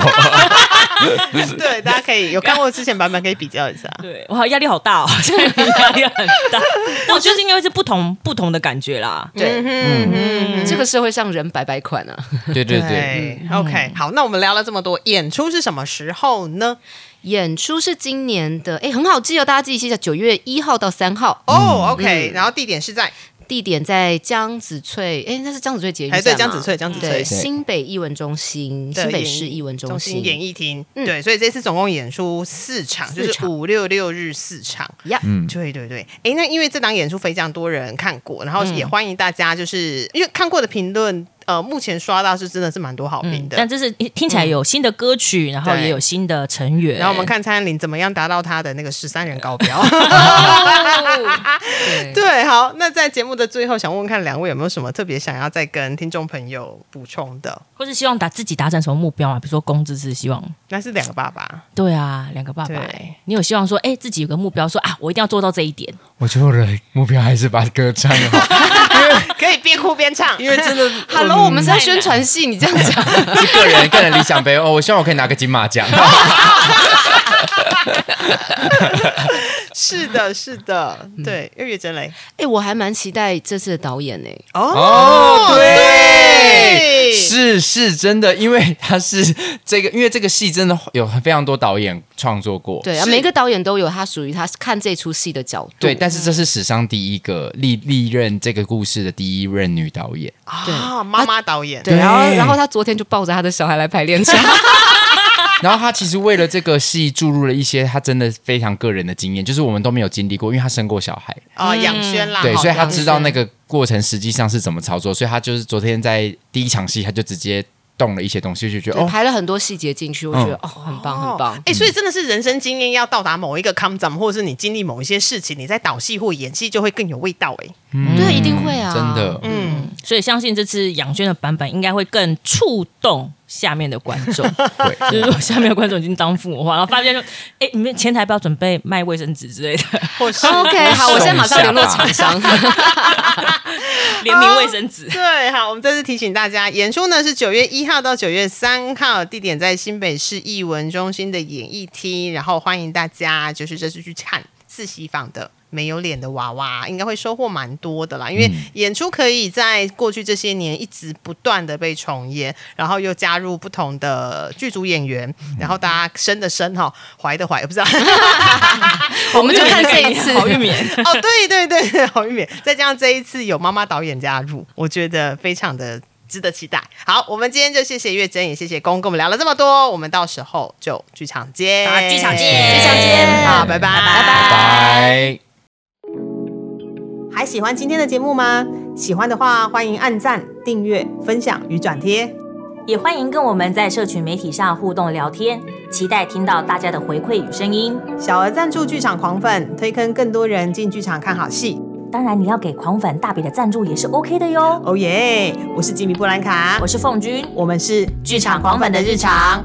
对，大家可以有看过之前版本可以比较一下。
对，哇，压力好大哦， 蔡恩林压力很大。那我觉得应该会是不同不同的感觉啦。
对，
嗯
这个社会上人百百款啊。
对对对，
对，OK，好，哎那我们聊了这么多，演出是什么时候呢？
演出是今年的，哎，很好记哦，大家记一下，九月一号到三号，
哦，OK，然后地点是在
地点在江子翠，哎，那是江子翠捷运
哎
站
对
嘛
江子翠江子翠
对
对
新北艺文中心，
对
新北市艺文中
中
心
心演艺厅，
嗯
对，所以这次总共演出四场，
四
就
场嗯
是五六六日四场。
呀，
嗯
对对对，哎，那因为这档演出非常多人看过，然后
嗯
也欢迎大家，就是、因为看过的评论，呃，目前刷到是真的是蛮多好评的。
嗯
但这是听起来有新的歌曲，然后
嗯对
也有新的成员。
然后我们看蔡依林怎么样达到她的那个十三人高标。
哦
对
对，好，那在节目的最后，想问问看两位有没有什么特别想要再跟听众朋友补充的？
或是希望达自己达成什么目标啊？比如说工资是希望，
那是两个爸爸，
对啊，两个爸爸
对
欸，你有希望说，哎、自己有个目标说啊，我一定要做到这一点。
我觉得我的目标还是把歌唱 好，
可以边哭边唱，
因为真 的
，Hello，我们是在宣传戏，你这 样讲，
是个人个人理想杯哦，我希望我可以拿个金马奖。
是的，是的，
嗯
对，月月真雷
哎，我还蛮期待这次的导演呢，
哦，
对
对，是是真的，因为他是这个，因为这个戏真的有非常多导演创作过，
对啊，每个导演都有他属于他看这出戏的角度，
对，但是这是史上第一个历历任这个故事的第一任女导 演，
啊，妈妈导演，
对，然后然后他昨天就抱着他的小孩来排练场，
然后她其实为了这个戏注入了一些她真的非常个人的经验，就是我们都没有经历过，因为她生过小孩，
啊，杨轩啦，
对，
好
所以他
像
知道那个过程实际上是怎么操作，所以他就是昨天在第一场戏，他就直接动了一些东西，就觉得
对
哦，
排了很多细节进去，我觉得
嗯
哦，很棒，
哦
很棒
哎、。所以真的是人生经验要到达某一个 come down，或者是 e，你经历某一些事情，你在导戏或演戏就会更有味道、哎，
对，一定会啊，
嗯真的，
嗯，
所以相信这次杨轩的版本应该会更触动下面的观 众。
对，
就是如果下面的观众已经当父母的话，然后发现说， 哎、你们前台不要准备卖卫生纸之 类的，
或是
OK，好，我现在马上联络厂商。
哦
联名卫生 纸。
对，好，我们再次提醒大家，演出呢是九月一号到九月三号，地点在新北市艺文中心的演艺厅，然后欢迎大家就是这次去看四喜坊的。没有脸的娃娃应该会收获蛮多的啦，因为演出可以在过去这些年一直不断的被重演，然后又加入不同的剧组演员，然后大家生的生哈，怀的怀，不知道，
我们就看这一次。
好玉米，
哦，对对对 对，好玉米，再加上这一次有妈妈导演加入，我觉得非常的值得期待。好，我们今天就谢谢月珍，也谢谢公，跟我们聊了这么多，我们到时候就剧场见，
好剧场见
剧场见，好，拜拜，拜拜。
拜。
还喜欢今天的节目吗？喜欢的话，欢迎按赞、订阅、分享与转贴。
也欢迎跟我们在社群媒体上互动聊天，期待听到大家的回馈与声音。
小额赞助剧场狂粉，推坑更多人进剧场看好戏。
当然，你要给狂粉大笔的赞助也是 OK 的哟。
哦耶！我是吉米布兰卡
我，是凤君，
我们是
剧场狂粉的日常。